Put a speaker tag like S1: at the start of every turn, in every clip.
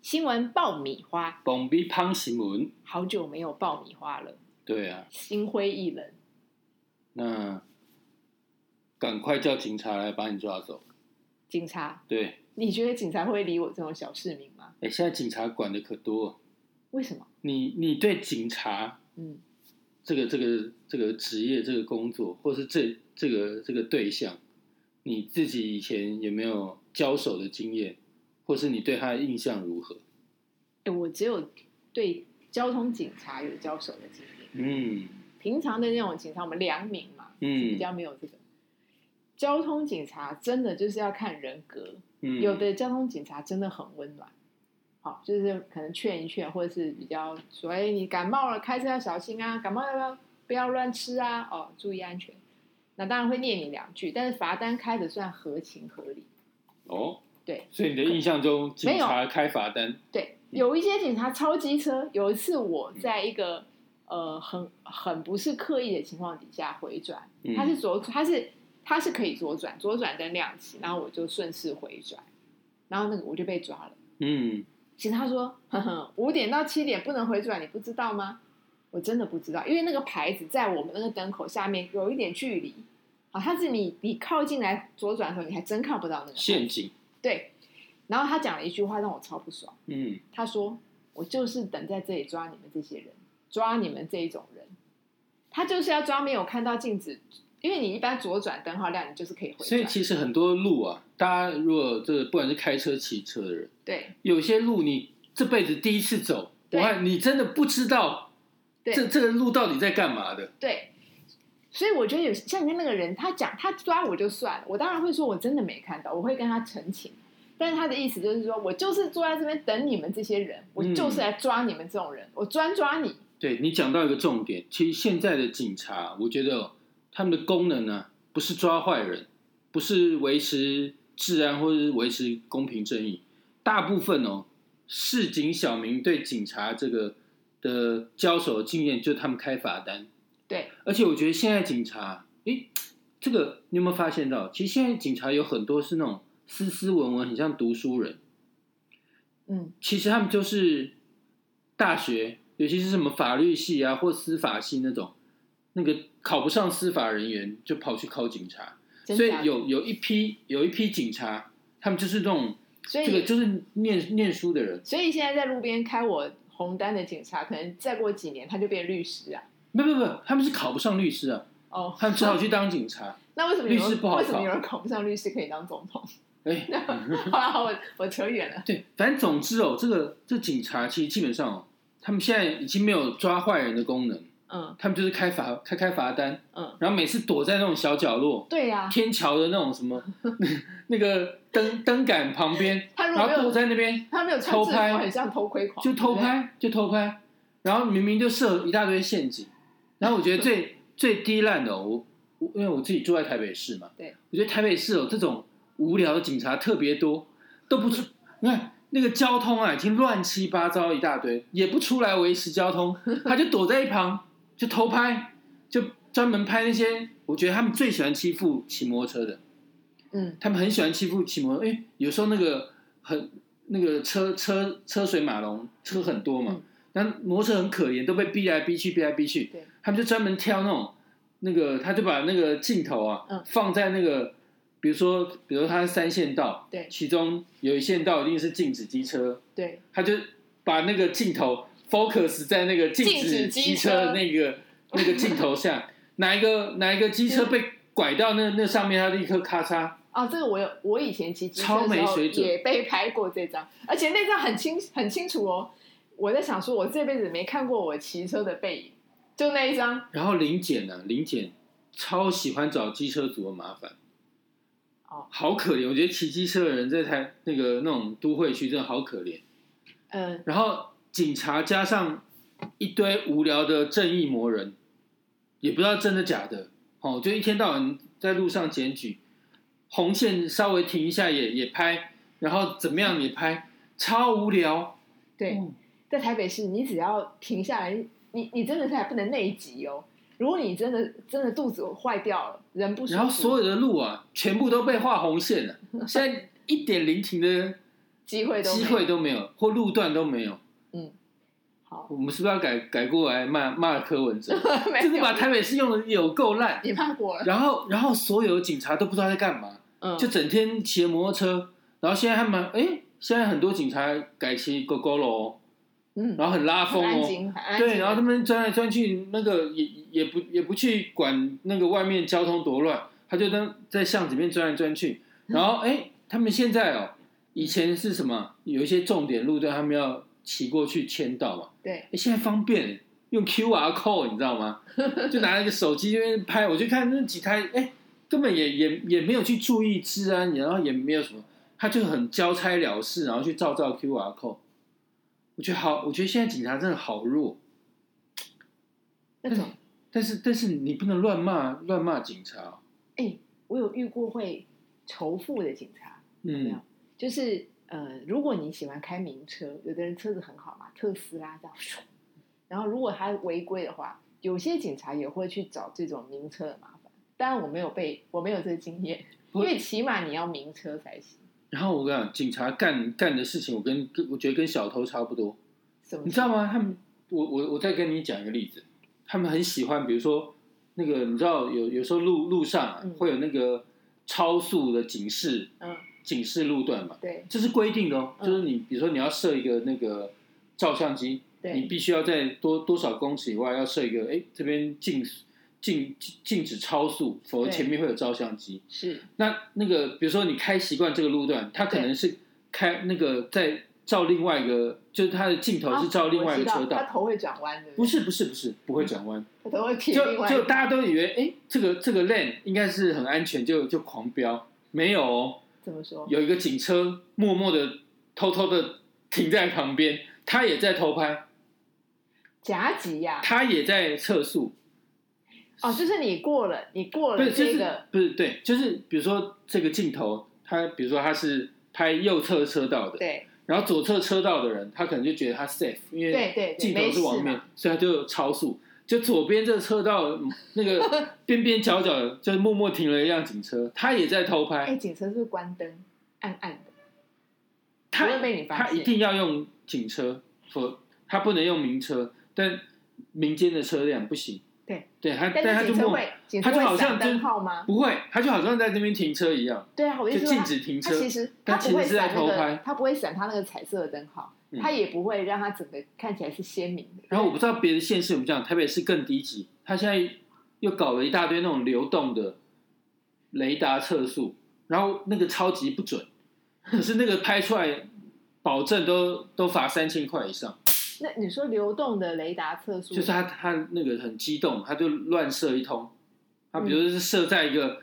S1: 新闻爆米花，
S2: 蹦比胖新闻，
S1: 好久没有爆米花了，
S2: 对啊，
S1: 心灰意冷。
S2: 那赶快叫警察来把你抓走。
S1: 警察，
S2: 对，
S1: 你觉得警察会理我这种小市民吗？
S2: 哎，现在警察管的可多，
S1: 为什么？
S2: 你你对警察
S1: 嗯，
S2: 这个这个这个职业这个工作，或是这这个这个对象，你自己以前有没有交手的经验，或是你对他的印象如何？
S1: 哎，我只有对交通警察有交手的经验，
S2: 嗯
S1: 平常的那种警察，我们良民嘛，比
S2: 嗯
S1: 较没有这个。交通警察真的就是要看人格，
S2: 嗯，
S1: 有的交通警察真的很温暖，好，就是可能劝一劝，或者是比较说，哎，你感冒了，开车要小心啊，感冒要不要不要乱吃啊，哦，注意安全。那当然会念你两句，但是罚单开的算合情合理。
S2: 哦，
S1: 对，
S2: 所以你的印象中，警
S1: 没有
S2: 察开罚单，
S1: 对，
S2: 嗯
S1: 有一些警察超机车。有一次我在一个、呃很很不是刻意的情况底下回转，
S2: 嗯
S1: 他是左他是他是可以左转，左转灯亮起，然后我就顺势回转，然后那个我就被抓了。
S2: 嗯
S1: 警察说：“哼哼，五点到七点不能回转，你不知道吗？”我真的不知道，因为那个牌子在我们那个灯口下面有一点距离。好，它是你你靠近来左转的时候，你还真看不到那个牌子
S2: 陷阱，
S1: 对。然后他讲了一句话让我超不爽。
S2: 嗯
S1: 他说：“我就是等在这里抓你们这些人，抓你们这一种人。”他就是要抓没有看到禁止，因为你一般左转灯号亮，你就是可以回
S2: 所以
S1: 转。
S2: 其实很多路啊，大家如果这个不管是开车、骑车的人，
S1: 对
S2: 有些路你这辈子第一次走，我
S1: 对
S2: 看你真的不知道
S1: 对
S2: 这这个路到底在干嘛的。
S1: 对，所以我觉得有像你那个人，他讲他抓我就算了，我当然会说我真的没看到，我会跟他澄清。但是他的意思就是说，我就是坐在这边等你们这些人，
S2: 嗯
S1: 我就是来抓你们这种人，我专抓你。
S2: 对你讲到一个重点，其实现在的警察，我觉得哦他们的功能呢、不是抓坏人，不是维持治安或者是维持公平正义，大部分哦，市井小民对警察这个的交手经验，就是他们开罚单。
S1: 对，
S2: 而且我觉得现在警察，诶，这个你有没有发现到？其实现在警察有很多是那种斯斯文文，很像读书人，
S1: 嗯，
S2: 其实他们就是大学，尤其是什么法律系啊或司法系那种，那个考不上司法人员就跑去考警察，
S1: 真
S2: 所以
S1: 假的啊
S2: 有有一批有一批警察，他们就是那种
S1: 所
S2: 这
S1: 以
S2: 个就是念念书的人，
S1: 所以现在在路边开我红单的警察，可能再过几年他就变律师啊。
S2: 没有没有没有，他们是考不上律师啊，
S1: 哦，
S2: 他们只好去当警察。
S1: 那为什么有人
S2: 律师不好
S1: 为什么
S2: 考
S1: 有人考不上律师可以当总统？
S2: 哎，
S1: 好了，好我我扯远了。
S2: 对，反正总之哦，这个这警察其实基本上哦，他们现在已经没有抓坏人的功能，
S1: 嗯
S2: 他们就是开罚开开罚单，
S1: 嗯，
S2: 然后每次躲在那种小角落，
S1: 对呀、
S2: 天桥的那种什么 那个灯灯杆旁边，
S1: 他如果没
S2: 然后
S1: 有
S2: 坐在那边
S1: 他没有穿制
S2: 偷拍
S1: 服，很像偷窥狂，
S2: 就偷
S1: 哦对不对。
S2: 拍就偷拍，然后明明就设一大堆陷阱。然后我觉得最 最低烂的哦、我我因为我自己住在台北市嘛，
S1: 对，
S2: 我觉得台北市哦有、这种无聊的警察特别多，都不出，你看。那个交通啊，已经乱七八糟一大堆，也不出来维持交通， 他就躲在一旁就偷拍，就专门拍那些。我觉得他们最喜欢欺负骑摩托车的，
S1: 嗯，
S2: 他们很喜欢欺负骑摩托，因为有时候那个很那个车车车水马龙，车很多嘛
S1: 嗯，
S2: 那、摩托车很可怜，都被逼来逼去，逼来逼去
S1: 对。
S2: 他们就专门挑那种那个，他就把那个镜头啊、
S1: 嗯
S2: 放在那个，比如说，比如说它是三线道，
S1: 对
S2: 其中有一线道一定是禁止机车，
S1: 对，
S2: 他就把那个镜头 focus 在那个禁
S1: 禁止
S2: 止
S1: 机
S2: 机
S1: 车
S2: 车的那个那个镜头 下，哪一个哪一个机车被拐到那那上面，他立刻咔嚓。
S1: 啊，这个我有，我以前骑机车的
S2: 超
S1: 时
S2: 没
S1: 候
S2: 水准
S1: 也被拍过这张，而且那张很清很清楚哦。我在想说，我这辈子没看过我骑车的背影，就那一张
S2: 然后林检呢、林检超喜欢找机车族的麻烦，
S1: 哦，
S2: 好可怜。我觉得骑机车的人在台那个那种都会区真的好可怜。
S1: 嗯，
S2: 然后警察加上一堆无聊的正义魔人，也不知道真的假的，哦，就一天到晚在路上检举，红线稍微停一下也也拍，然后怎么样也拍，超无聊。
S1: 对。
S2: 嗯
S1: 在台北市，你只要停下来，你你真的是还不能内急哦。如果你真的真的肚子坏掉了，人不舒服，
S2: 然后所有的路啊，全部都被画红线了，现在一点临停的
S1: 机会都没
S2: 机
S1: 有
S2: 会都没有，或路段都没有。
S1: 好，
S2: 我们是不是要改改过来骂骂柯 文哲？
S1: 没
S2: 真的
S1: 有
S2: 把台北市用的有够烂。
S1: 你骂过了，
S2: 然后，然后所有警察都不知道在干嘛，
S1: 嗯，
S2: 就整天骑摩托车。然后现在他们，哎，现在很多警察改骑狗狗了哦，
S1: 嗯，
S2: 然后很拉风
S1: 很安
S2: 哦。
S1: 静，很安静，啊
S2: 对，然后他们钻来钻去，那个也也不也不去管那个外面交通多乱，他就在在巷子里面钻来钻去。
S1: 嗯
S2: 然后，哎，他们现在哦，以前是什么？有一些重点路段，他们要骑过去签到嘛。
S1: 对，
S2: 欸现在方便用 QR code，你知道吗？就拿那个手机那边拍，我就看那几台，哎、根本也也也没有去注意治安，然后也没有什么，他就很交差了事，然后去照照 QR code。我觉得好，我觉得现在警察真的好弱，
S1: 那 种
S2: 但是但是你不能乱骂乱骂警察哦，
S1: 我有遇过会仇富的警察，没有
S2: 嗯，
S1: 就是呃，如果你喜欢开名车，有的人车子很好嘛，特斯拉这样，咻然后如果他违规的话，有些警察也会去找这种名车的麻烦。当然我没有被，我没有这个经验，因
S2: 不
S1: 为起码你要名车才行。
S2: 然后我跟你讲，警察干干的事情，我跟跟我觉得跟小偷差不多，
S1: 什么？
S2: 你知道？吗？他们，我我我再跟你讲一个例子，他们很喜欢，比如说那个，你知道有有时候路路上、啊
S1: 嗯
S2: 会有那个超速的警示
S1: 嗯，
S2: 警示路段嘛，
S1: 对
S2: 这是规定的哦，
S1: 嗯
S2: 就是你比如说你要设一个那个照相机，你
S1: 对
S2: 必须要在多多少公尺以外要设一个，哎，这边禁禁禁止超速，否则
S1: 对
S2: 前面会有照相机。
S1: 是，
S2: 那那个，比如说你开习惯这个路段，它可能是开那个在照另外一个，就是它的镜头是照另外一个
S1: 啊我
S2: 车
S1: 知道
S2: 道，
S1: 他头会转弯的，
S2: 不是不是不是不会转弯，
S1: 他头会撇
S2: 就
S1: 另外一
S2: 就
S1: 个。
S2: 大家都以为哎、诶这个这个 lane 应该是很安全，就就狂飙，没有、哦，
S1: 怎么说？
S2: 有一个警车默默的偷偷的停在旁边，他也在偷拍，
S1: 夹击呀！
S2: 他也在测速，
S1: 哦，就是你过了，你过
S2: 不
S1: 了
S2: 是就
S1: 这
S2: 是
S1: 个，
S2: 不是对，就是比如说这个镜头，他比如说他是拍右侧车道的，
S1: 对
S2: 然后左侧车道的人，他可能就觉得他 safe，因
S1: 对
S2: 为
S1: 对对，
S2: 镜头
S1: 没
S2: 是
S1: 事
S2: 往面
S1: 嘛，，
S2: 所以他就超速。就左边这个车道嗯 那个边边角角，就默默停了一辆警车，他也在偷
S1: 哎，
S2: 拍，
S1: 警车是不是关灯，暗暗的。
S2: 他
S1: 不会被你发现
S2: 他一定要用警车，否他不能用名车，但民间的车辆不行。
S1: 对，
S2: 对他，但
S1: 但
S2: 他
S1: 是
S2: 就
S1: 警车
S2: 默
S1: 会，警
S2: 他
S1: 车
S2: 就好
S1: 会
S2: 像
S1: 闪
S2: 真
S1: 灯号吗？
S2: 不会，他就好像在这边停车一样，
S1: 对啊，我的
S2: 就
S1: 意思
S2: 禁
S1: 说
S2: 止停
S1: 他，
S2: 车
S1: 他。其实
S2: 但
S1: 他
S2: 其
S1: 不
S2: 实
S1: 会
S2: 是在
S1: 闪那
S2: 偷拍
S1: 个，他不会闪他那个彩色的灯号
S2: 嗯，
S1: 他也不会让他整个看起来是鲜明的。
S2: 然后我不知道别的县市有没有这样，台北市更低级，他现在又搞了一大堆那种流动的雷达测速，然后那个超级不准，可是那个拍出来，保证都都罚三千块以上，
S1: 那你说流动的雷达测速，
S2: 就是他他那个很激动，他就乱射一通，他比如说是射在一个。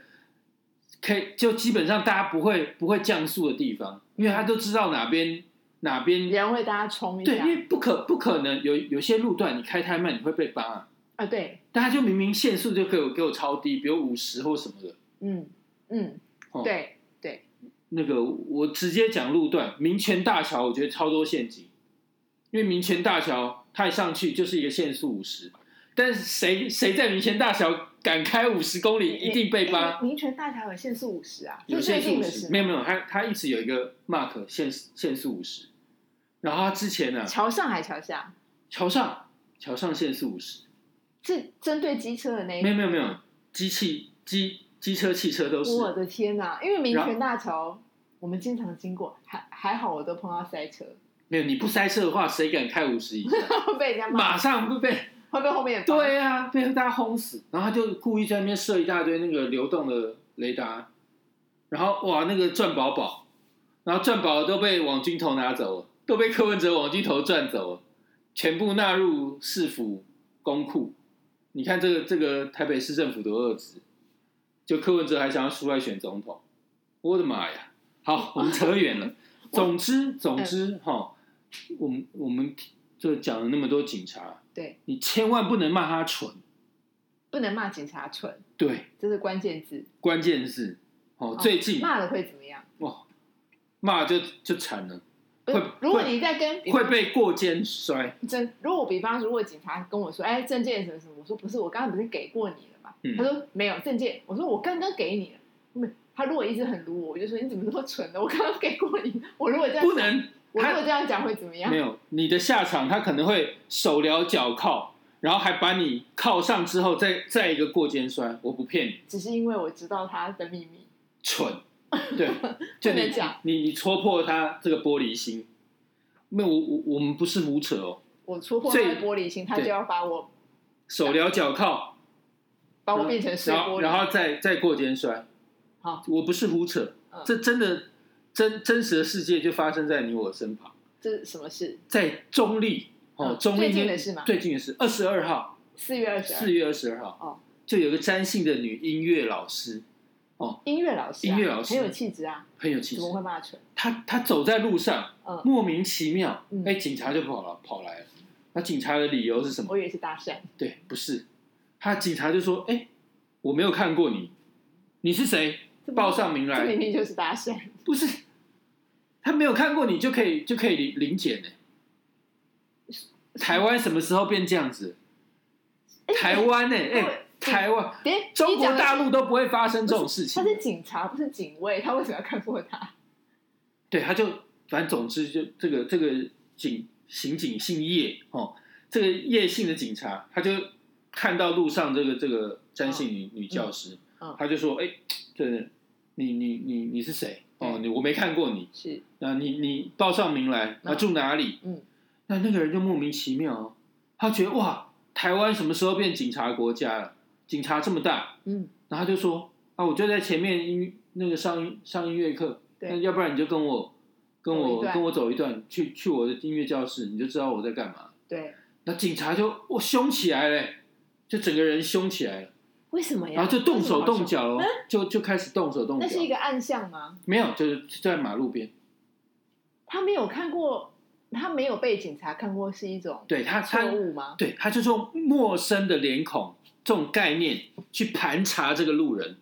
S2: 可以，就基本上大家不会不会降速的地方，因为他都知道哪边哪边
S1: 人会大家冲一
S2: 对，
S1: 下
S2: 因为不可不可能有有些路段你开太慢你会被罚啊，
S1: 啊，对，
S2: 但他就明明限速就给我给我超低，比如五十或什么的。
S1: 嗯嗯，
S2: 哦
S1: 对，
S2: 那个我直接讲路段，民权大桥我觉得超多陷阱，因为民权大桥它一上去就是一个限速五十，但是谁谁在民权大桥敢开五十公里，一定被扒。
S1: 民权大桥有限速五十啊，
S2: 有
S1: 是最
S2: 限速
S1: 近
S2: 五
S1: 的
S2: 十，
S1: 事
S2: 没
S1: 吗。
S2: 有没有，它它一直有一个 mark 限限速五十，然后它之前呢、啊
S1: 桥上还桥下，
S2: 桥上桥上限速五十，
S1: 是针对机车的那一
S2: 没有没有没有，机器机机车汽车都是，
S1: 我的天哪、因为民
S2: 然
S1: 权大桥我们经常经过，还还好我都碰到塞车，
S2: 没有你不塞车的话，谁敢开五十以下？
S1: 会被人家骂，
S2: 马上会被
S1: 会被后面的
S2: 对呀、 被大家轰死。然后他就故意在那边设一大堆那个流动的雷达，然后哇，那个赚饱饱，然后赚饱了都被网军头拿走了，都被柯文哲网军头赚走了，全部纳入市府公库。你看这个这个台北市政府多恶质，就柯文哲还想要出来选总统，我的妈呀！好，我们扯远了。总之，总之，哈、我们我们就讲了那么多警察，
S1: 对，
S2: 你千万不能骂他蠢，
S1: 不能骂警察蠢，
S2: 对，
S1: 这是关键字。
S2: 关键是哦，最近
S1: 骂了会怎么样？
S2: 哇，骂就就惨了，
S1: 不是
S2: 会，
S1: 呃如果你在跟比
S2: 会
S1: 方
S2: 被过肩摔，
S1: 真，如果比方说如果警察跟我说，哎，证件什么什么，我说不是，我刚刚不是给过你了吗？
S2: 嗯
S1: 他说没有证件，我说我刚刚给你了，没嗯他如果一直很撸我，我就说你怎么那么蠢呢？我刚刚给过你，我如果这样
S2: 不，能
S1: 我如
S2: 他
S1: 果这样讲会怎么样
S2: 没？有你的下场，他可能会手撩脚铐，然后还把你铐上之后再再一个过肩摔。我不骗你，
S1: 只是因为我知道他的秘密。
S2: 蠢。 对，就
S1: 不
S2: 你
S1: 能讲
S2: 你你戳破他这个玻璃心。没有，我我我们不是胡扯哦，
S1: 我戳破他
S2: 最
S1: 的玻璃心，他就
S2: 对
S1: 要把我
S2: 手撩脚铐，
S1: 把我变成碎
S2: 然后
S1: 玻
S2: 然
S1: 璃。
S2: 后再再过肩摔。
S1: 好，
S2: 我不是胡扯
S1: 嗯，
S2: 这真的真真实的世界就发生在你我身旁，
S1: 这是什么事？
S2: 在中立哦
S1: 嗯，
S2: 中立
S1: 最近
S2: 那
S1: 的事吗
S2: 最近的事，二十二号，
S1: 四月二十
S2: 四
S1: 二，
S2: 月二十二号，
S1: 哦，
S2: 就有个占姓的女音乐老师，
S1: 音乐老师啊，
S2: 音乐老师
S1: 很有气质啊，
S2: 很有气
S1: 怎
S2: 质
S1: 么。会骂蠢？
S2: 她她走在路上，
S1: 嗯，
S2: 莫名其妙，
S1: 嗯
S2: 哎、警察就跑了跑来了。那警察的理由是什么？
S1: 我以为是搭讪，
S2: 对，不是，他警察就说：“哎、我没有看过你，你是谁？
S1: 这不
S2: 报上名
S1: 这明
S2: 来。
S1: 明就是搭讪。”
S2: 不是，他没有看过你就可以就可以零零检呢、台湾什么时候变这样子？台湾呢、哎、
S1: 对
S2: 台湾，
S1: 等一下
S2: 中国大，
S1: 你讲的
S2: 陆都不会发生这种事
S1: 是
S2: 情
S1: 他。是警察，不是警卫，他为什么要看过他？
S2: 对，他就反正总之就这个这个警刑警姓叶哦，这个叶姓的警察，他就看到路上这个这个詹姓女、女教师，
S1: 哦嗯嗯
S2: 他就说：“哎、这你你你你是谁？哦，
S1: 对
S2: 你我没看过你，
S1: 是
S2: 那你你报上名来，那
S1: 嗯
S2: 住哪里？”
S1: 嗯，
S2: 那那个人就莫名其妙、哦，他觉得哇，台湾什么时候变警察国家了？警察这么大，
S1: 嗯，
S2: 然后他就说：“啊，我就在前面音那个上音上音乐课。”那
S1: 对，
S2: 要不然你就跟我跟
S1: 走一
S2: 我
S1: 段
S2: 跟我走一段，去去我的音乐教室，你就知道我在干嘛。
S1: 对，
S2: 那警察就我凶起来嘞，就整个人凶起来了，
S1: 为什哎么呀？
S2: 然后就动手动
S1: 为
S2: 脚哦
S1: 什么好，
S2: 就就开始动手动
S1: 凶，
S2: 脚
S1: 那。是一个暗象吗？
S2: 没有，就是就在马路边。
S1: 他没有看过，他没有被警察看过，是一种
S2: 对他
S1: 错
S2: 他
S1: 误吗？
S2: 对他就是用陌生的脸孔这种概念去盘查这个路人，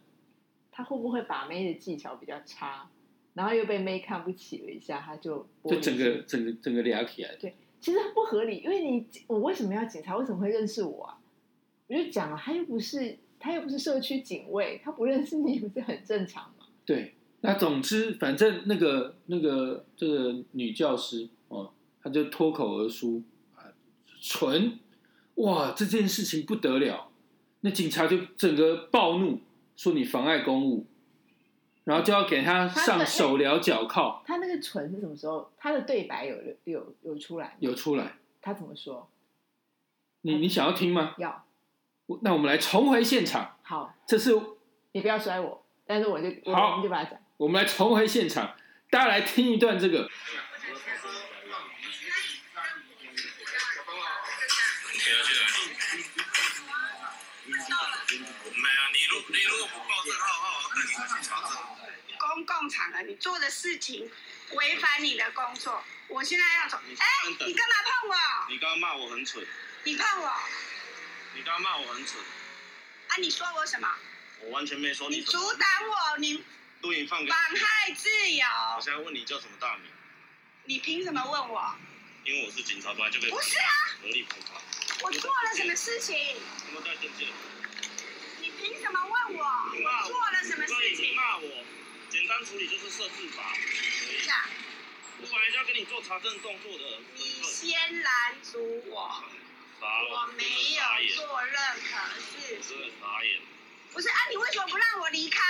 S1: 他会不会把妹的技巧比较差，然后又被妹看不起了一下，他就玻璃
S2: 就整个
S1: 心
S2: 整个整个俩起来。
S1: 其实不合理，因为你我为什么要警察？为什么会认识我啊？我就讲了，他又不是他又不是社区警卫，他不认识你不是很正常吗？
S2: 对，那总之反正那个那个这个女教师哦，她就脱口而出啊，蠢！哇，这件事情不得了，那警察就整个暴怒，说你妨碍公务，然后就要给他
S1: 他
S2: 上
S1: 的哎
S2: 手镣脚铐，
S1: 他那个蠢是什么时候？他的对白有有有出来吗？
S2: 有出来。
S1: 他怎么说？
S2: 你你想要听吗？
S1: 要
S2: 我那我们来重回现场，
S1: 好，
S2: 这是
S1: 你不要摔我，但是我就我
S2: 好
S1: 我们就把它讲。
S2: 我们来重回现场，大家来听一段这个。
S3: 谁要去哪里？没有，你如你如果不报这个号的话，我要带你们去查证。
S4: 公共场合你做的事情违反你的工作，我现在要走。哎、你干嘛碰我？
S3: 你刚刚骂我很蠢，
S4: 你碰我？啊，
S3: 你刚刚骂我很蠢，
S4: 你说我什么？
S3: 我完全没说
S4: 哦你
S3: 你
S4: 阻
S3: 蠢。
S4: 挡我，你
S3: 录影放给
S4: 妨
S3: 你。
S4: 害自由，
S3: 我现在问你叫什么大名，
S4: 你凭什么问我？
S3: 因为我是警察，本来就被
S4: 不是啊，
S3: 合理判罚。
S4: 我做了什么事情？
S3: 有没有带证件？
S4: 你凭什么问我？我做了什么
S3: 所以
S4: 事
S3: 你
S4: 情？
S3: 骂我，简单处理就是设置法。可以
S4: 是啊
S3: 我本来就要跟你做查证动作的，
S4: 你先拦阻我，
S3: 傻了
S4: 我没
S3: 真的傻眼
S4: 有做任何事
S3: 我
S4: 情
S3: 真。的傻眼。
S4: 不是啊，你为什么不让我离开？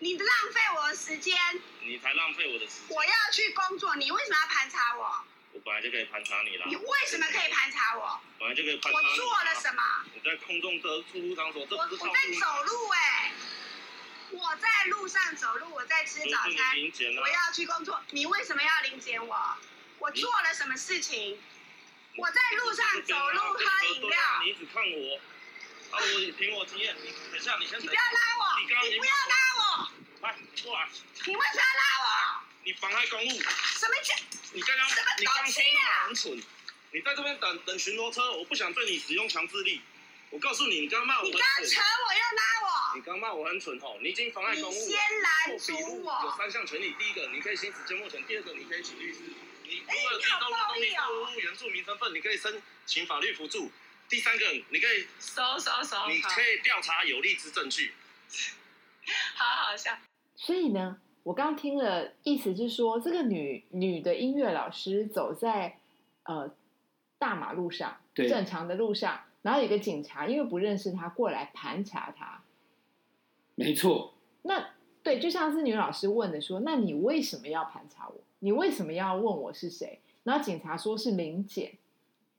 S4: 你浪费我的时间，
S3: 你才浪费我的时间。
S4: 我要去工作，你为什么要盘查我？
S3: 我本来就可以盘查你啦，
S4: 你为什么可以盘查我？
S3: 本来就可以啊盘查你啦
S4: 我做了什么？
S3: 你在空中的出入场所，这
S4: 我
S3: 不是
S4: 我在走路哎、我在路上走路，我在吃
S3: 这
S4: 早
S3: 是
S4: 餐
S3: 你，零检啊
S4: 我！要去工作，你为什么要临检我？
S3: 嗯
S4: 我做了什么事情？我在路上走路喝饮
S3: 对啊
S4: 料，
S3: 你一直看我，啊，我凭我经验，你等一下，你先
S4: 你
S3: 等
S4: 不要，拉我，
S3: 你刚刚
S4: 你不要拉我，
S3: 来过来，
S4: 你为什么要拉我？
S3: 你妨碍公务，
S4: 什么叫？
S3: 你刚刚
S4: 什么
S3: 你刚
S4: 东
S3: 刚
S4: 西
S3: 说
S4: 啊
S3: 话很蠢，你在这边等等巡逻车，我不想对你使用强制力，我告诉你，你刚刚骂我
S4: 你
S3: 很
S4: 刚刚
S3: 蠢，
S4: 扯我又拉我
S3: 你。刚刚骂我很蠢吼，哎你已经妨碍公
S4: 你
S3: 务
S4: 先
S3: 了。
S4: 拦
S3: 做笔
S4: 阻
S3: 录有
S4: 我，
S3: 三项权利：第一个，你可以行使缄默权；第二个，你可以请律师；你如
S4: 哎
S3: 果有
S4: 你
S3: 提
S4: 好
S3: 供
S4: 暴
S3: 劳动力
S4: 力哦
S3: 或务原住民身份，你可以申请法律辅助；第三个，你可以
S4: 收收收
S3: 你可以调查有利之证据。
S4: 好好笑。
S1: 所以呢，我刚听了，意思是说，这个女女的音乐老师走在呃大马路上，
S2: 对
S1: 正常的路上，然后有个警察因为不认识她过来盘查她。
S2: 没错，
S1: 那对，就像是女老师问的说，那你为什么要盘查我？你为什么要问我是谁？然后警察说是林检，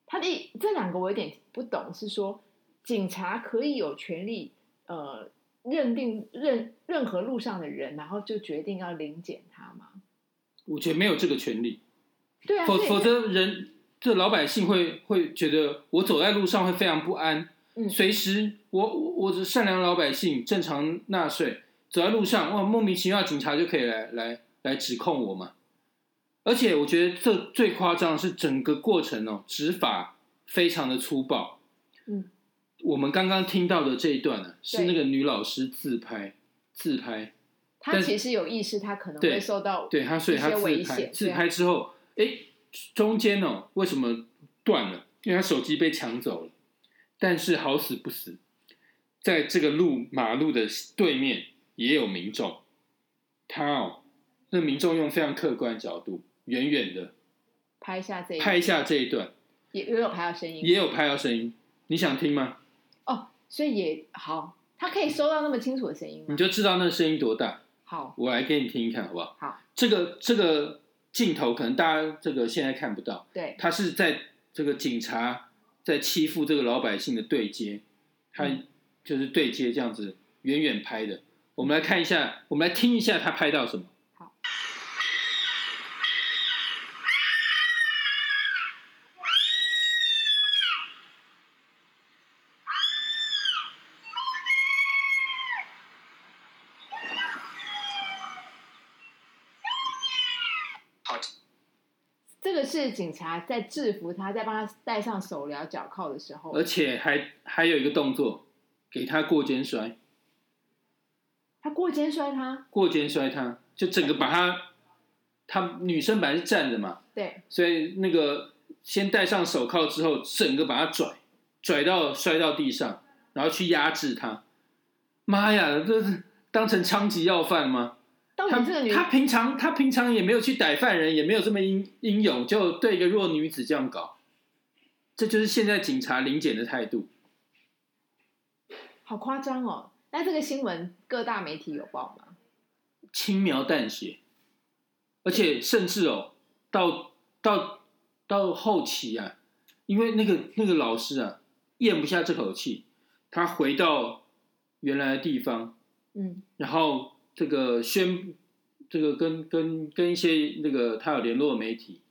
S1: 他的意这两个我有点不懂，是说警察可以有权利呃认定任任何路上的人，然后就决定要临检他吗？
S2: 我觉得没有这个权利，
S1: 对啊，
S2: 否
S1: 所以
S2: 否则人这老百姓会会觉得我走在路上会非常不安，
S1: 嗯
S2: 随时我我我只善良老百姓正常纳税，走在路上哇莫名其妙警察就可以来来来指控我嘛，而且我觉得这最夸张的是整个过程哦，执法非常的粗暴，
S1: 嗯，
S2: 我们刚刚听到的这一段呢、是
S1: 对
S2: 那个女老师自拍自拍，
S1: 他
S2: 但是
S1: 其实有意识，他可能
S2: 对
S1: 会受到
S2: 对他，所以
S1: 一
S2: 他
S1: 些
S2: 自
S1: 危
S2: 拍，
S1: 险
S2: 自
S1: 对啊
S2: 拍之后，哎，中间哦，为什么断了？因为他手机被抢走了，但是好死不死，在这个路马路的对面也有民众，他哦，那民众用非常客观的角度，远远的
S1: 拍下这一
S2: 拍下这一段，
S1: 也也有拍到声音
S2: 也有拍到声音，你想听吗？
S1: 哦，所以也好，他可以收到那么清楚的声音
S2: 你
S1: 吗？
S2: 就知道那声音多大。
S1: 好，
S2: 我来给你听一看，好不好？
S1: 好，
S2: 这个这个镜头可能大家这个现在看不到。
S1: 对，
S2: 他是在这个警察在欺负这个老百姓的对接，他
S1: 嗯
S2: 就是对接这样子远远拍的。我们来看一下，我们来听一下他拍到什么。
S1: 这个是警察在制服他，在帮他戴上手镣脚铐的时候
S2: 而，且还还有一个动作，给他过肩摔，
S1: 他过肩摔他，
S2: 过肩摔他，就整个把他，他女生本来是站着嘛，
S1: 对，
S2: 所以那个先戴上手铐之后，整个把他拽，拽到摔到地上，然后去压制他。妈呀，这是当成枪击要犯吗？
S1: 到
S2: 他
S1: 底这个女
S2: 他平常他平常也没有去逮犯人，也没有这么英英勇，就对一个弱女子这样搞，这就是现在警察临检的态度。
S1: 好夸张哦！那这个新闻各大媒体有报吗？
S2: 轻描淡写，而且甚至哦，到到到后期啊，因为那个那个老师啊，咽不下这口气，他回到原来的地方，
S1: 嗯，
S2: 然后这个宣，这个跟跟跟一些那个他有联络的媒体，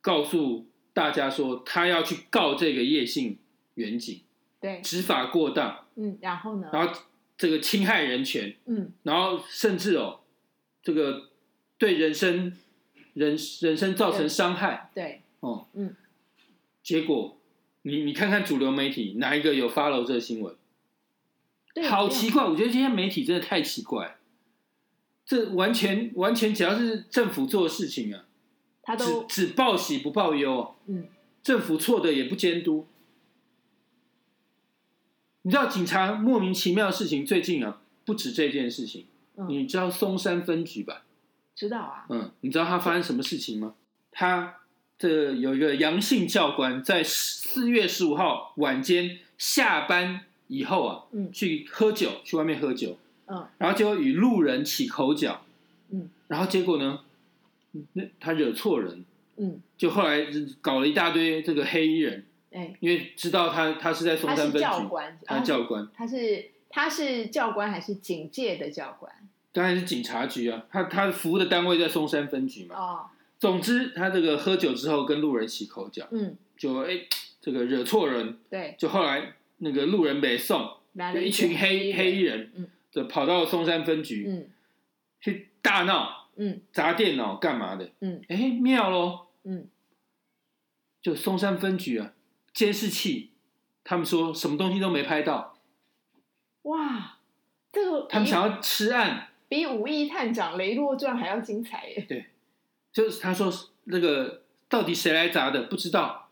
S2: 告诉大家说他要去告这个叶姓远景
S1: 对，
S2: 执法过当，
S1: 嗯，然后呢？
S2: 然后这个侵害人权，
S1: 嗯，
S2: 然后甚至哦，这个对人身人人身造成伤害
S1: 对，
S2: 哦，
S1: 嗯，
S2: 结果你你看看主流媒体哪一个有 follow 这个新闻？
S1: 对，啊
S2: 好
S1: 没有
S2: 奇怪，我觉得今天媒体真的太奇怪，这完全完全只要是政府做的事情啊，
S1: 他
S2: 只
S1: 都
S2: 只报喜不报忧、啊，
S1: 嗯，
S2: 政府错的也不监督。你知道警察莫名其妙的事情最近啊，不止这件事情，
S1: 嗯
S2: 你知道松山分局吧？
S1: 知道啊，
S2: 嗯，你知道他发生什么事情吗？他这有一个杨姓教官在四月十五号晚间下班以后啊，
S1: 嗯
S2: 去喝酒，去外面喝酒，
S1: 嗯，
S2: 然后就与路人起口角，
S1: 嗯，
S2: 然后结果呢，那他惹错人，
S1: 嗯，
S2: 就后来搞了一大堆这个黑衣人，
S1: 哎，
S2: 因为知道他他是在松
S1: 他
S2: 山
S1: 是
S2: 分
S1: 教
S2: 局，
S1: 官，啊
S2: 他是教官，
S1: 他是他是教官还是警戒的教官？
S2: 当然是警察局啊，他他服务的单位在松山分局嘛。
S1: 哦，
S2: 总之，他这个喝酒之后跟路人起口角。
S1: 嗯，
S2: 就哎、这个惹错人，
S1: 对，
S2: 就后来那个路人北送，
S1: 来
S2: 就
S1: 了
S2: 一群黑黑衣
S1: 人，
S2: 人
S1: 嗯，
S2: 就跑到松山分局、
S1: 嗯
S2: 去大闹、
S1: 嗯
S2: 砸电脑干嘛的？
S1: 嗯，
S2: 哎、妙咯，
S1: 嗯，
S2: 就松山分局啊，监视器，他们说什么东西都没拍到，
S1: 哇，这个哎
S2: 他们
S1: 比
S2: 想要吃案，
S1: 比《武义探长雷洛传》还要精彩耶！
S2: 就是他说那个到底谁来砸的不知道，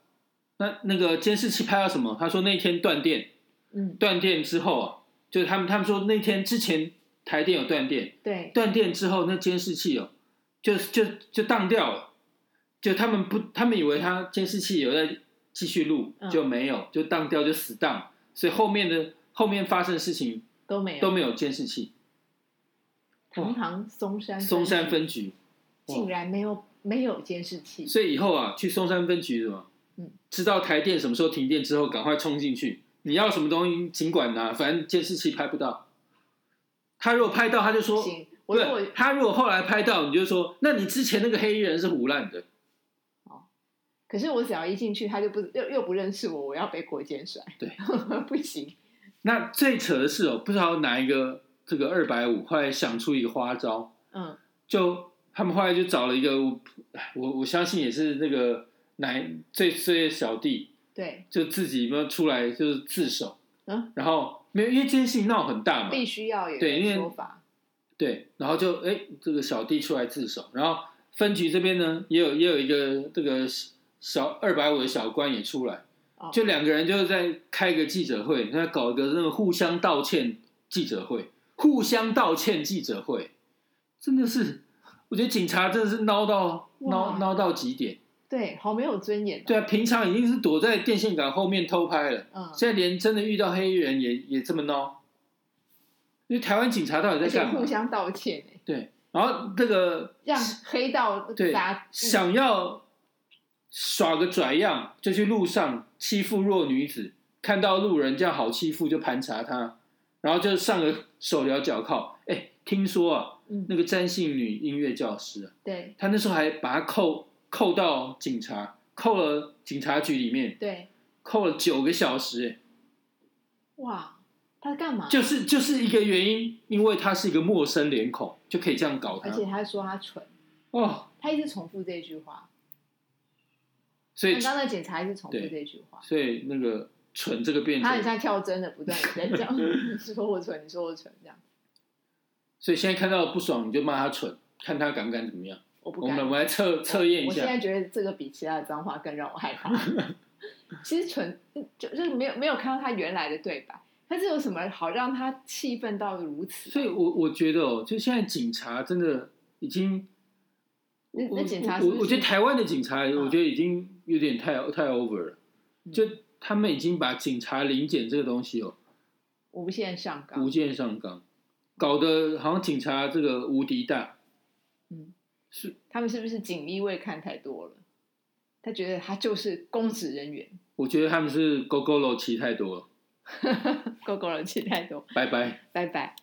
S2: 那那个监视器拍到什么？他说那天断电，
S1: 嗯
S2: 断电之后啊，就是他们他们说那天之前台电有断电，
S1: 对，
S2: 断电之后那监视器哦，就就就当掉了，就他们不，他们以为他监视器有在继续录，
S1: 嗯
S2: 就没有，就当掉就死当，所以后面的后面发生的事情
S1: 都没有，
S2: 都没有监视器。
S1: 堂堂松山分
S2: 松山分局，
S1: 竟然没有没有监视器，
S2: 所以以后啊，去松山分局什么，
S1: 嗯
S2: 知道台电什么时候停电之后，赶快冲进去。你要什么东西尽管拿，反正监视器拍不到。他如果拍到，他就
S1: 不
S2: 说，
S1: 行，我如果
S2: 对，他如果后来拍到，你就说，那你之前那个黑衣人是胡乱的。
S1: 可是我只要一进去，他就不又又不认识我，我要被国监甩，
S2: 对，
S1: 不行，
S2: 那最扯的是哦，不知道哪一个这个二百五后来想出一个花招，
S1: 嗯
S2: 就他们后来就找了一个，我哎我我相信也是那个奶最最小弟，
S1: 对，
S2: 就自己没有出来就是自首，
S1: 嗯，
S2: 然后没有，因为这件事情闹很大嘛，
S1: 必须要有
S2: 嗯对因为
S1: 说法，
S2: 对，然后就哎这个小弟出来自首，然后分局这边呢也有也有一个这个小二百五的小官也出来，
S1: 哦
S2: 就两个人就在开一个记者会，那搞一个那个互相道歉记者会，互相道歉记者会，真的是，我觉得警察真的是孬到孬
S1: 哇
S2: 孬到极点。
S1: 对，好没有尊严、哦
S2: 对啊，平常已经是躲在电线杆后面偷拍了，
S1: 嗯，
S2: 现在连真的遇到黑衣人也也这么孬。因为台湾警察到底
S1: 而
S2: 在
S1: 且
S2: 干嘛
S1: 互？相道歉、欸，
S2: 对，然后这个
S1: 让黑道
S2: 对
S1: 砸，
S2: 想要耍个拽样，就去路上欺负弱女子，看到路人这样好欺负就盘查他，然后就上个手镣脚铐。哎，听说啊，
S1: 嗯，
S2: 那个詹姓女音乐教师啊，
S1: 对
S2: 她那时候还把她扣扣到警察，扣了警察局里面，
S1: 对，
S2: 扣了九个小时、哎
S1: 哇，他干嘛？
S2: 就是就是一个原因，因为她是一个陌生脸孔，就可以这样搞她
S1: 而。且他说他蠢，
S2: 哦，
S1: 他一直重复这句话，
S2: 所以
S1: 刚刚那警察一直重复
S2: 对
S1: 这句话，
S2: 所以那个蠢这个辩
S1: 他很
S2: 证，
S1: 像跳针的，不断地在讲， 你说我蠢，你说我蠢，这样，
S2: 所以现在看到不爽你就骂他蠢，看他敢不敢怎么样。
S1: 我不
S2: 我
S1: 敢
S2: 们我。们来测测验一
S1: 我现在
S2: 下，
S1: 觉得这个比其他的脏话更让我害怕。 其实纯就就是没有没有看到他原来的对白，但是有什么好让他气愤到如此？啊
S2: 所以我我觉得哦，就现在警察真的已经，
S1: 那
S2: 我
S1: 那警察是
S2: 我
S1: 不是
S2: 我觉得台湾的警察，我觉得已经有点太太 over 了，
S1: 嗯
S2: 就他们已经把警察临检这个东西哦
S1: 无限上纲
S2: 无，限上纲，搞得好像警察这个无敌大，
S1: 他们是不是锦衣卫看太多了？他觉得他就是公职人员，
S2: 我觉得他们是 GoGo 楼骑太多了，
S1: 够够了，气太多，
S2: 拜拜。
S1: 拜拜。